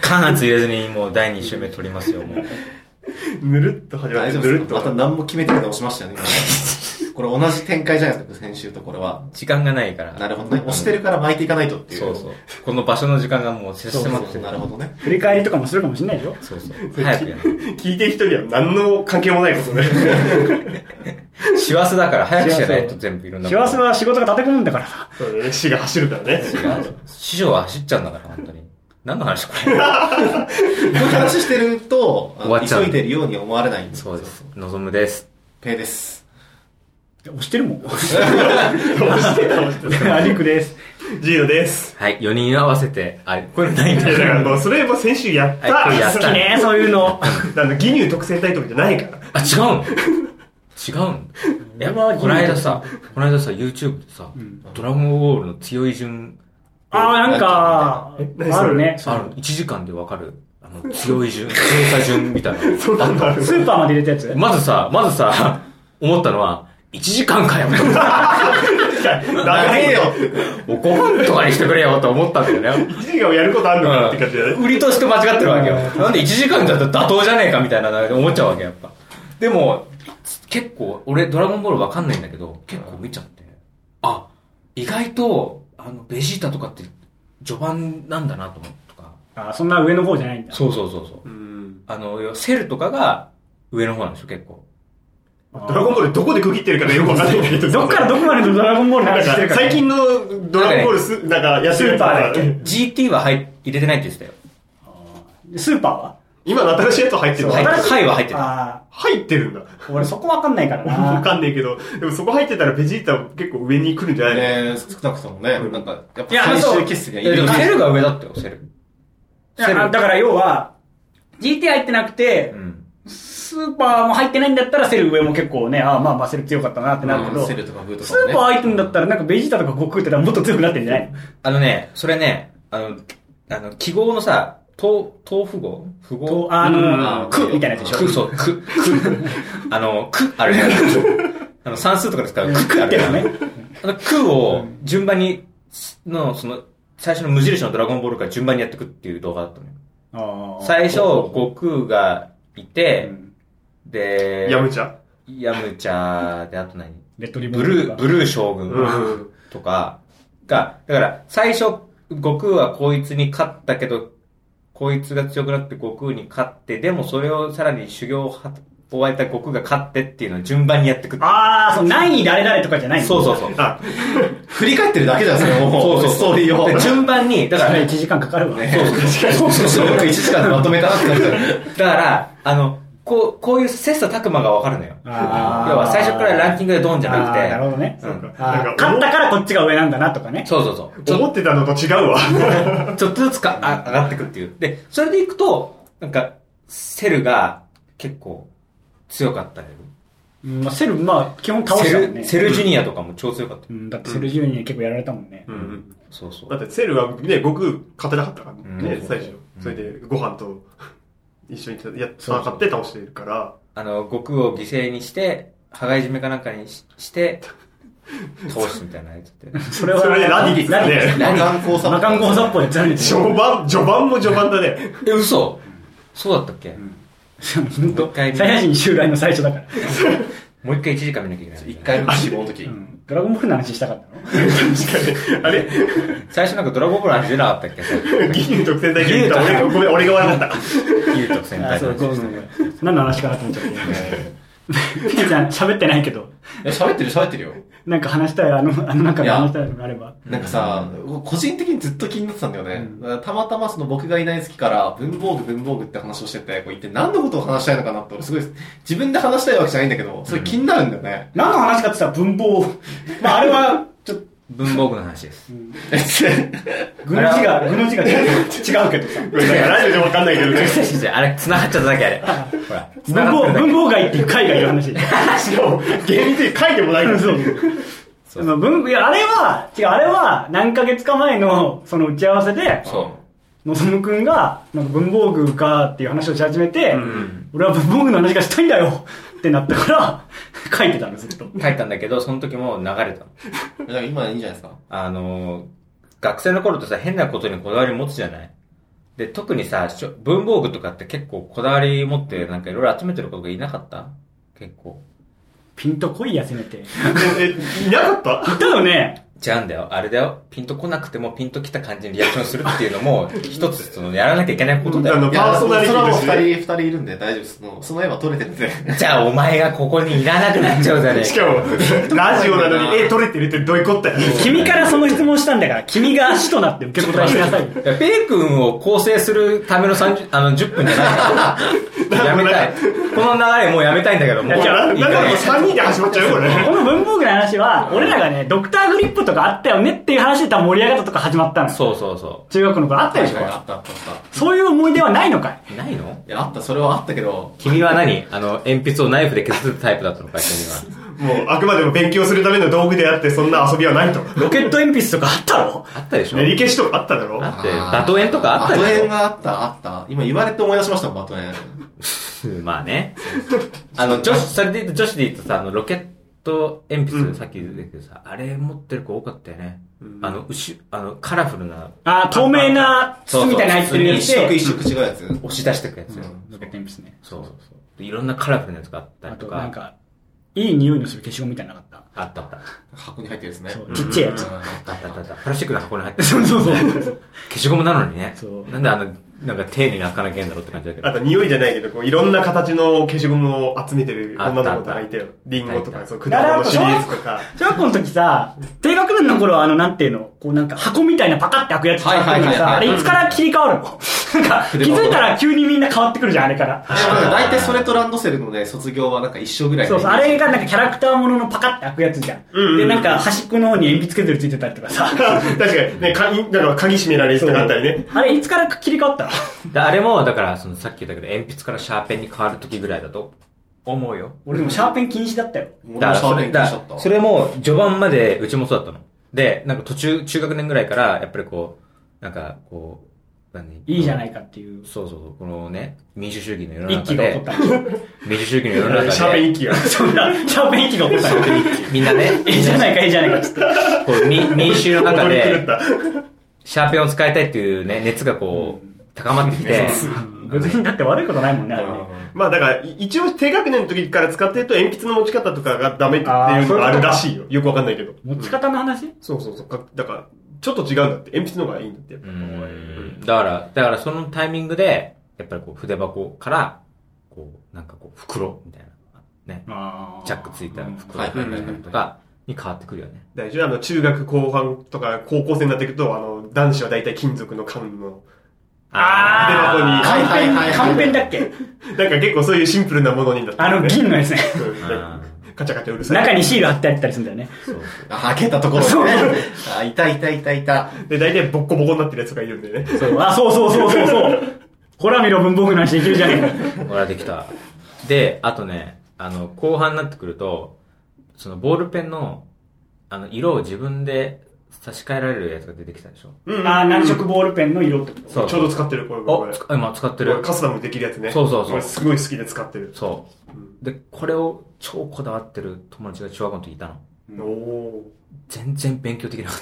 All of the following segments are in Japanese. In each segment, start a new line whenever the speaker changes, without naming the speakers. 間髪入れずにもう第2週目取りますよ、もう。
ぬるっと始ま
大
る。
丈
ぬ
夫です
るっ
か
と。
また何も決めて押しましたよね。今これ同じ展開じゃないですか、先週とこれは。
時間がないから。
なるほどね。押してるから巻いていかないとっていう。
そうそう。この場所の時間がもう差し
そう
迫
そ
っ
う
て
そう。
る
なるほどね。
振り返りとかもするかもしれないでしょ
そうそう。早くやる。
聞いてる人には何の関係もないことね。
師走だから早くしないと全部いろんなこと
幸せは仕事が立て込むんだからさ。
そうだね死が走るからね。
師匠は走っちゃうんだから、本当に。何の話これ。
こういう話してると、あ
終わ
の
っちゃう
急いでるように思われないんです。
そうです。望むです。
ペイです。
押してるもん。
どうしてどうして
アジックです。
ジーノです。
はい、4人合わせて、あ、これないん
い
だ
やだから
よ。
もうそれも先週やった。
はいこれやっ
好
た
きね、そういうの。
あの、義乳特選隊とかじゃないから。
あ、違うの違うのいや、この間さ、この間さ、YouTube でさ、ドラゴンボールの強い順、
ああ、なんか、
何
あ
それ
るね。
ある、1時間でわかる、あの、強い順、強さ順みたいな。
そうなんだ。
スーパーまで入れたやつ
まずさ、まずさ、思ったのは、1時間かよ。
ダ
長
メ
い
よ
よ。
お5分とかにしてくれよと思ったんだよね。
1時間をやることあるのかって感じだね。
売りとして間違ってるわけよ。なんで1時間だったら妥当じゃねえかみたいな思っちゃうわけやっぱ。でも、結構、俺ドラゴンボールわかんないんだけど、結構見ちゃって。あ、意外と、あの、ベジータとかって序盤なんだなと思うとか。
あーそんな上の方じゃないんだ。
そうそうそうそう。
うん。
あの、セルとかが上の方なんでしょ、結構。
ドラゴンボールどこで区切ってるかね、よくわかんないんだけど。
どっからどこまでのドラゴンボールの
なん
話してる
か
か。
最近のドラゴンボールス、なんかやってるやつは
スーパーだっ
GT は入入れてないって言ってたよ。
スーパーは
今の新しいやつ入ってる
入って
の
る貝は入ってた。
あ
入ってるんだ。
あ、俺そこわかんないか ら
わ
な。
かんないけど、でもそこ入ってたらベジータ結構上に来るんじゃないの
ね少なくともね、なんか、やっぱ
いや、
最
そう
終決戦に
いや
はい
で
る
もセルが上だったよ、セル。
いやあだから要は、GT 入ってなくて
う、ん。
スーパーも入ってないんだったらセル上も結構ね、ああ、まあまあセル強かったなってなるけ
う
ど、
んセ
ス
ルとかブーとかもね
ーパー入ってんだったらなんかベジータとか悟空ってのはもっと強くなってんじゃない
あのね、それね、あの、あの、記号のさ、豆、豆腐号符号
とあ
ん
の、クみたいなやつでしょ
く、そう、く、く、あの、く、あるじゃん。あの、算数とかで使う、く、くあるじゃん。
ね。
あの、くを、順番に、の、その、最初の無印のドラゴンボールから順番にやっていくっていう動画だったのよ。
ああ
最初、悟空がいて、
うん
で、
ヤムチャ。
ヤムチャで、あと何
レッドリボ
ブ
ン
ルー、
とか
ブルー将軍
うん
とかが、だから最初、悟空はこいつに勝ったけど、こいつが強くなって悟空に勝って、でもそれをさらに修行をは終えた悟空が勝ってっていうのを順番にやってくって
ああ、そう、何位誰々とかじゃない
そうそうそう。
あ、
振り返ってるだけじゃん、それもう。
そうそう
ストーリーを。
で順番に、だ
だ
か、
から1時間かかるわ。
そうそうそう
そうそうそう。1時間でまとめたなってなっちゃう。
だから、あの、こう、こういう切磋琢磨がわかるのよ。要
あー
は最初からランキングでドンじゃなく
あーなる
て。
ほどね。
そうか。
あー
なん
勝っ
か
たからこっちが上なんだなとかね。
そうそうそう。ち
思、
ょ
思ってたのと違うわ。
ちょっとずつかあ上がってくっていう。で、それでいくと、なんか、セルが結構強かったよ。
うんまあ、セル、まあ、基本倒し
セ
たもんね。
ル、セルジュニアとかも超強かったよ。
うん、だってセルジュニア結構やられたもんね。
うん
そうそ
だっ
う。
てセルはね、悟空勝てなかったからね、
うん
最初。それで、ご飯と一緒に戦って倒してるから、
あの、悟空を犠牲にして、羽交い締めかなんかにしして、倒すみたいなやつって。
それ
それでラディリスだね
ラディ
魔漢光
ス。マカンゴーザっぽいやつあるんですよ。
序盤、序盤も序盤だね。
え、嘘そうだったっけ、
本
もう
当
一
サ
回
イ
見
ヤ人襲来の最初だから。
もう一回1時間見なきゃいけない。
1回目の死亡の 時
う。んドラゴンボールの話したかったの
確かに。あれ
最初なんかドラゴンボールの話出なか ったっけ
義乳特選隊決めた俺が、ごめん、俺が悪かった。
竜と戦隊
あ、
の
そう、
話
ごめんごめん。何の話かなと思っちゃって。ペンさん喋ってないけど、
え、喋ってる喋ってるよ。
なんか話したい、あの、あの中で話したいのがあれば。
なんかさ、個人的にずっと気になってたんだよね。たまたまその僕がいない月から文房具文房具って話をしてて、こう一体何のことを話したいのかなって、俺すごい、自分で話したいわけじゃないんだけど、それ気になるんだよね。
何の話かってさ、文法。まあ、あれは、ちょっと、
文房具の話 です。
具の字が、具の字が違うけどさ。
ごめん、なんかラジオでわかんないけど
違う
ね。
違う違うあれ、繋がっちゃっただけあれ。ほら。繋
文
がってるだ
法、
け
文法外っていう海外の話。
しかも、厳密に書いてもないから。
そう
まあ文いやあれは、違う、あれは、何ヶ月か前の、その打ち合わせで、
そ
のぞむくんが、なんか文房具かっていう話をし始めて、俺は文房具の話がしたいんだよってなったから、書いてたの、ずっと。
う。書いたんだけど、その時も流れたの。
だから今いいんじゃないですか。
あのー、学生の頃ってさ、変なことにこだわり持つじゃないで、特にさ、しょ文房具とかって結構こだわり持って、なんかいろいろ集めてる子がいなかった結構。
ピンとこいや、せめて。
え、いなかった
だよね。
違うんだよ。あれだよ。ピンとこなくてもピンときた感じにリアクションするっていうのも、一つそのやらなきゃいけないことだ
うんあ
よ。
のパーソナリティ
いや
ですね
それはもう二人、二人いるんで大丈夫です。もうその絵は取れてるん で。
じゃあお前がここにいらなくなっちゃうじゃね
し
えか。
かも、ラジオなのに、え、撮れてるってどういうことだよ。
君からその質問したんだから、君が足となって受け答えしなさいよ。
いやペイ君を構成するための30、あの、10分じゃないから。やめたい。この流れもうやめたいんだけど、もう。
いやじゃあ
いいか
なん
げん
かもう3人で始まっちゃうよ、これ。
この文房具の話は、俺らがね、ドクターグリップとかあったよねっていう話で多分盛り上がったとか始まったの。
そうそうそ。
中学の頃あったでし ょ、
あったあったあっ
そういう思い出はないのかいう
ないの
た。いや、あった、それはあったけど、
君は何あの、鉛筆をナイフで削るタイプだったのか、君は。
もう、あくまでも勉強するための道具であって、そんな遊びはないと。
ロケット鉛筆とかあったろ
あったでしょ
練り消しとかあっただろ
あって、バトエンとかあった
バト
で
エン
し
があった、あった。今言われて思い出しましたもん、バトエン。
ょうんまあね。あの、女子、それで言うと女子で言うとさ、あの、ロケット鉛筆、
うん
さっき出てきてさ、あれ持ってる子多かったよね。あの、うし、あの、カラフルな、
あー、透明な筒みたいな入ってるやつ
一色
で。
一色違うやつ。
押し出してくやつよ。
ロケット鉛筆ね。
そうそうそう。いろんなカラフルなやつがあった
あ
りと
と、
か。
なんか、いい匂いのする消しゴムみたいなのなかっ
あったあった。
箱に入ってるですね
た。そ。う、ちっちゃいやつ。
あったあったあった。プラスチックの箱に入ってる。そうそうそう。消しゴムなのにね。
そう
なんであの、なんか丁寧に開かなきゃいけないんだろうって感じだけど
あ。と匂いじゃないけど、こういろんな形の消しゴムを集めてる女の子とかいたよ
あった。
リンゴとか、そう、果
だから
物シリーズとか。
小学校の時さ、低学年の頃はあの、なんていうの、こうなんか箱みたいなパカって開くやつ使ってるのにさ、あ
はいはいはいはい
れいつから切り替わるのなんか、気づいたら急にみんな変わってくるじゃん、あれから。
大体それとランドセルのね、卒業はなんか一緒ぐらいで
そうそう、あれがなんかキャラクターもののパカって開くやつじゃん。
んうん
で、なんか端っこの方に鉛筆削りついてたりとかさ。
確かに、ね、鍵、なんか鍵閉められるとかあったりね。
あれ、いつから切り替わったの
であれも、だから、そのさっき言ったけど、鉛筆からシャーペンに変わる時ぐらいだと思うよ。
俺でもシャーペン禁止だったよ。
だ
俺も
から
シャ
そ
ーペ
れ
ン消しちゃ
だ
っ
から
た。
それも序盤までうちもそうだったの。で、なんか途中、中学年ぐらいから、やっぱりこう、なんかこう、何
いいじゃないかっていう。
そうそうそう、このね、民主主義の世の
一
中
気が起こ
で
っ、たんでしょ。
民主主義の世の
シャ
中
ーペン
で、
息が。
そんな、シャーペン一気が起こったんでしょ
みんなね、
いいじゃないか、いいじゃないかっつって。
こう民民衆の中
踊り狂
で
っ、た。
シャーペンを使いたいっていうね、熱がこう、高まってきて、
別にだって悪いことないもんね、あれね。
まあだから、い一応低学年の時から使ってると鉛筆の持ち方とかがダメっていうのがあるらしいよ。よくわかんないけど。
持ち方の話
そうそうそう。かだから、ちょっと違うんだって。鉛筆の方がいいんだって。やっぱ
うんだから、だからそのタイミングで、やっぱりこう筆箱から、こう、なんかこう、袋みたいな、ね、
あ
ジャックついた袋
はいはいはい
とかに変わってくるよね。
大丈夫あの、中学後半とか高校生になっていくと、あの、男子は大体金属の缶の。
あ
ー
ー、
はいはいはいはい
カンペンだっけ
なんか結構そういうシンプルなものにだって。
あの銀のやつね。
うんなんかカチャカチャうるさい。
中にシール貼ってあったりするんだよね。
そう
あ、開けたところ
そう
ね。あ、いたいたいたいた。
で、大体ボッコボコになってるやつがいるんでね。
そう、あ、そうそうそうそうそう。ほら見ろ、文房具の話できるじゃねえ
そう。ほら、できた。で、あとね、あの、後半になってくると、そのボールペンの、あの、色を自分で差し替えられるやつが出てきたでしょ。
うん
か。あー、何色ボールペンの色ってこと
そう。
ちょうど使ってる、これ。こ
お
れ
つか今使って
こ
る
れ。カスタムできるやつね。
そうそうそう
これすごい好きで使ってる。
そう。で、これを超こだわってる友達が小学校の時いたの。
おお
全然勉強できなかっ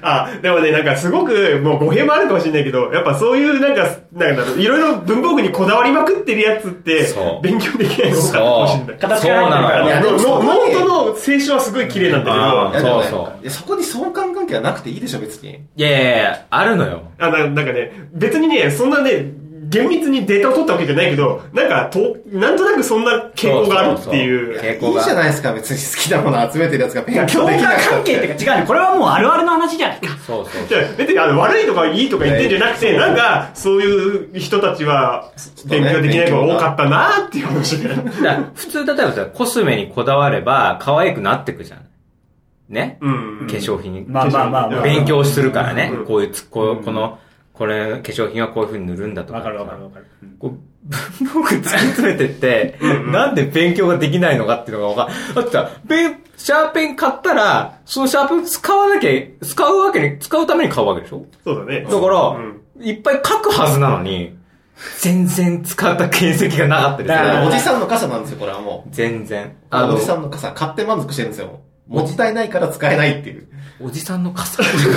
た。
ー。あ、でもね、なんかすごく、もう語弊もあるかもしれないけど、やっぱそういう、なんか、なんかなんだろう、いろいろ文房具にこだわりまくってるやつって
そ、う
勉強できないの
そう
かもしれない。
形
そう
から入って
な
るから
の
いや
よ。
でもノ
いやでも
ノートの清書はすごい綺麗なんだけど、
あー
あ
いやでもね
そうそう
いやそこに相関関係はなくていいでしょ、別に。
いやいやいや、あるのよ。
ななんかね、別にね、そんなね、厳密にデータを取ったわけじゃないけど、なんかと、なんとなくそんな傾向があるっていう。
そうそうそう
い
傾向が
いじゃないですか、別に好きなもの集めてるやつが勉
教
強
科
できなくた
関
っ
係って
て。
か違うね。これはもうあるあるの話じゃないか。
そうそう
じゃあ別にあの悪いとかいいとか言ってんじゃなくて、なんか、そういう人たちは、勉強できない子が多かったなっていう話で。
だから普通、例えばさ、コスメにこだわれば、可愛くなってくじゃん。ね、
うん
化。粧品に。
まあまあまあまあ。
勉強するからね
うん。
こういうつ、こう、この、これ、化粧品はこういう風に塗るんだとか。
わかるわかるわかる。
こう、文房具突き詰めてって、なんで勉強ができないのかっていうのがわかる。だってさ、ペン、シャーペン買ったら、そのシャーペン使わなきゃ、使うわけに、使うために買うわけでしょ
そうだね。
だから、
うん
いっぱい書くはずなのに、全然使った形跡がなかったりす
だ
る
か。ら
おじさんの傘なんですよ、これはも
全然。
う。
あ
あの、
の
おじ、さんの傘買って満足してるんですよ。もったいないから使えないっていう。
おじさんの傘。
え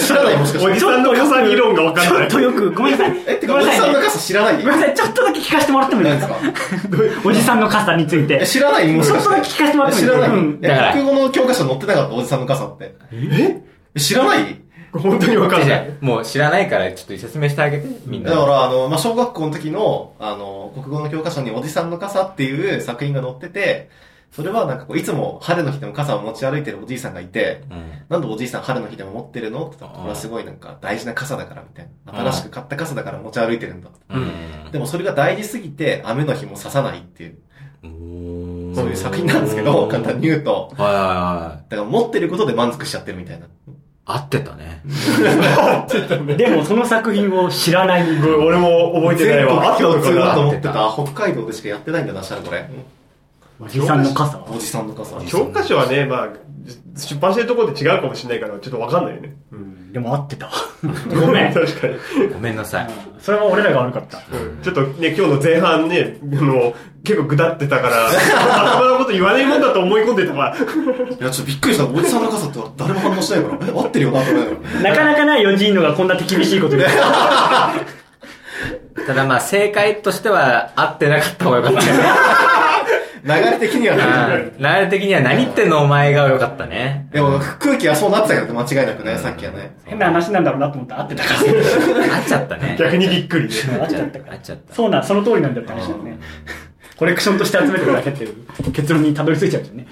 知らないもしかし
お
て。
じさんの傘理論が分かん
ち
な
ょっ
い。
とよく、ごめんなさい。
え、てか、
ご
お
めん
じ
なさ
さん
い
の
ね。
傘知らない
ごめんなさい、ちょっとだけ聞かせてもらってもいい
何で
で
すす
か
か
おじさんの傘について
え、。知らないもしかして。
ちょっとだけ聞かせてもらってもいい
知らない
うん。
だから
え、国語の教科書載ってなかった、おじさんの傘って。
え
え知らない
本当に分かんない。
もう知らないから、ちょっと説明してあげて、みん
だか
な。
ら、あの、まあ、小学校の時の、あの、国語の教科書におじさんの傘っていう作品が載ってて、それはなんかこう、いつも晴れの日でも傘を持ち歩いてるおじいさんがいて、
うん
なんでおじいさん晴れの日でも持ってるのって言ったら、
うん
これはすごいなんか大事な傘だからみたいな。
うん
新しく買った傘だから持ち歩いてるんだ。
うん
でもそれが大事すぎて、雨の日も刺さないっていう、
うん
そういう作品なんですけど、簡単に言うと。
はいはいはい。
だから持ってることで満足しちゃってるみたいな。
合ってたね。
でもその作品を知らない。
ごめん俺も覚えてないわ。あった
全
の
国共
か
通だと
な
思ってた。北海道でしかやってないんだな、したらこれ。
おじさんの傘は
おじさんの傘。
教科書はね、まあ、出版してるところで違うかもしれないから、ちょっと分かんないよね。
でも合ってた。 ごめん。
確かに。
ごめんなさい。
それは俺らが悪かった。
ちょっとね、今日の前半ね、あの、結構ぐだってた から、頭のこと言わないもんだと思い込んでたから、
いや、ちょっとびっくりした。おじさんの傘って誰も反応しないから、え、合ってるよな、と思いながら
なかなかない4人のがこんな手厳しいこと言う。
ただまあ、正解としては、合ってなかった方がよかった ね。
流れ的にはね。
うん流れ的には何言ってんのお前が良かったね。
でも空気はそうなってたけど、間違いなくね、さっきはね。
変な話なんだろうなと思ったら合ってたか
合っちゃったね。
逆にびっくり。
ら。合っちゃったか
合
ら
っ。ちゃった。
そうなん、その通りなんだって話だよね。コレクションとして集めてるだけっていう結論にたどり着いちゃうじゃんね。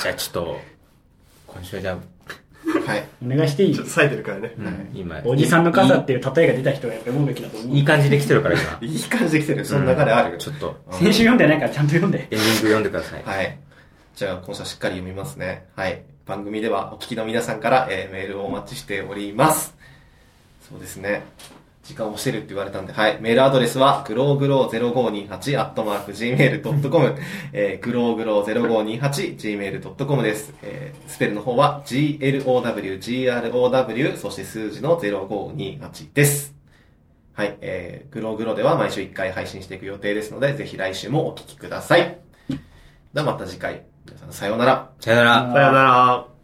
じゃあちょっと、今週はじゃあ、
はい。
お願いしてい
ちょ
い
っと冴えてるからね。
うん今。
おじさんの傘っ
い
ていう例えが出た人がやっぱ読むべきだと思。
い。いいう感じで来てるから今。
いい感じで来てる。その流れあるよ。
ちょっと、
先週読んでないからちゃんと読んで。
エンディング読んでください。
はい。じゃあ、今週はしっかり読みますね。はい。番組ではお聞きの皆さんから、えーメールをお待ちしております。そうですね。時間をしてるって言われたんで、はい。メールアドレスは、グローグロー0528、アットマーク、gmail.com、えー、グローグロー0528、gmail.com です。えー、スペルの方は、glowgrow、GROW そして数字の0528です。はい。えー、グローグローでは毎週1回配信していく予定ですので、ぜひ来週もお聞きください。ではまた次回。皆さんさようなら。
さよなら。
さよなら。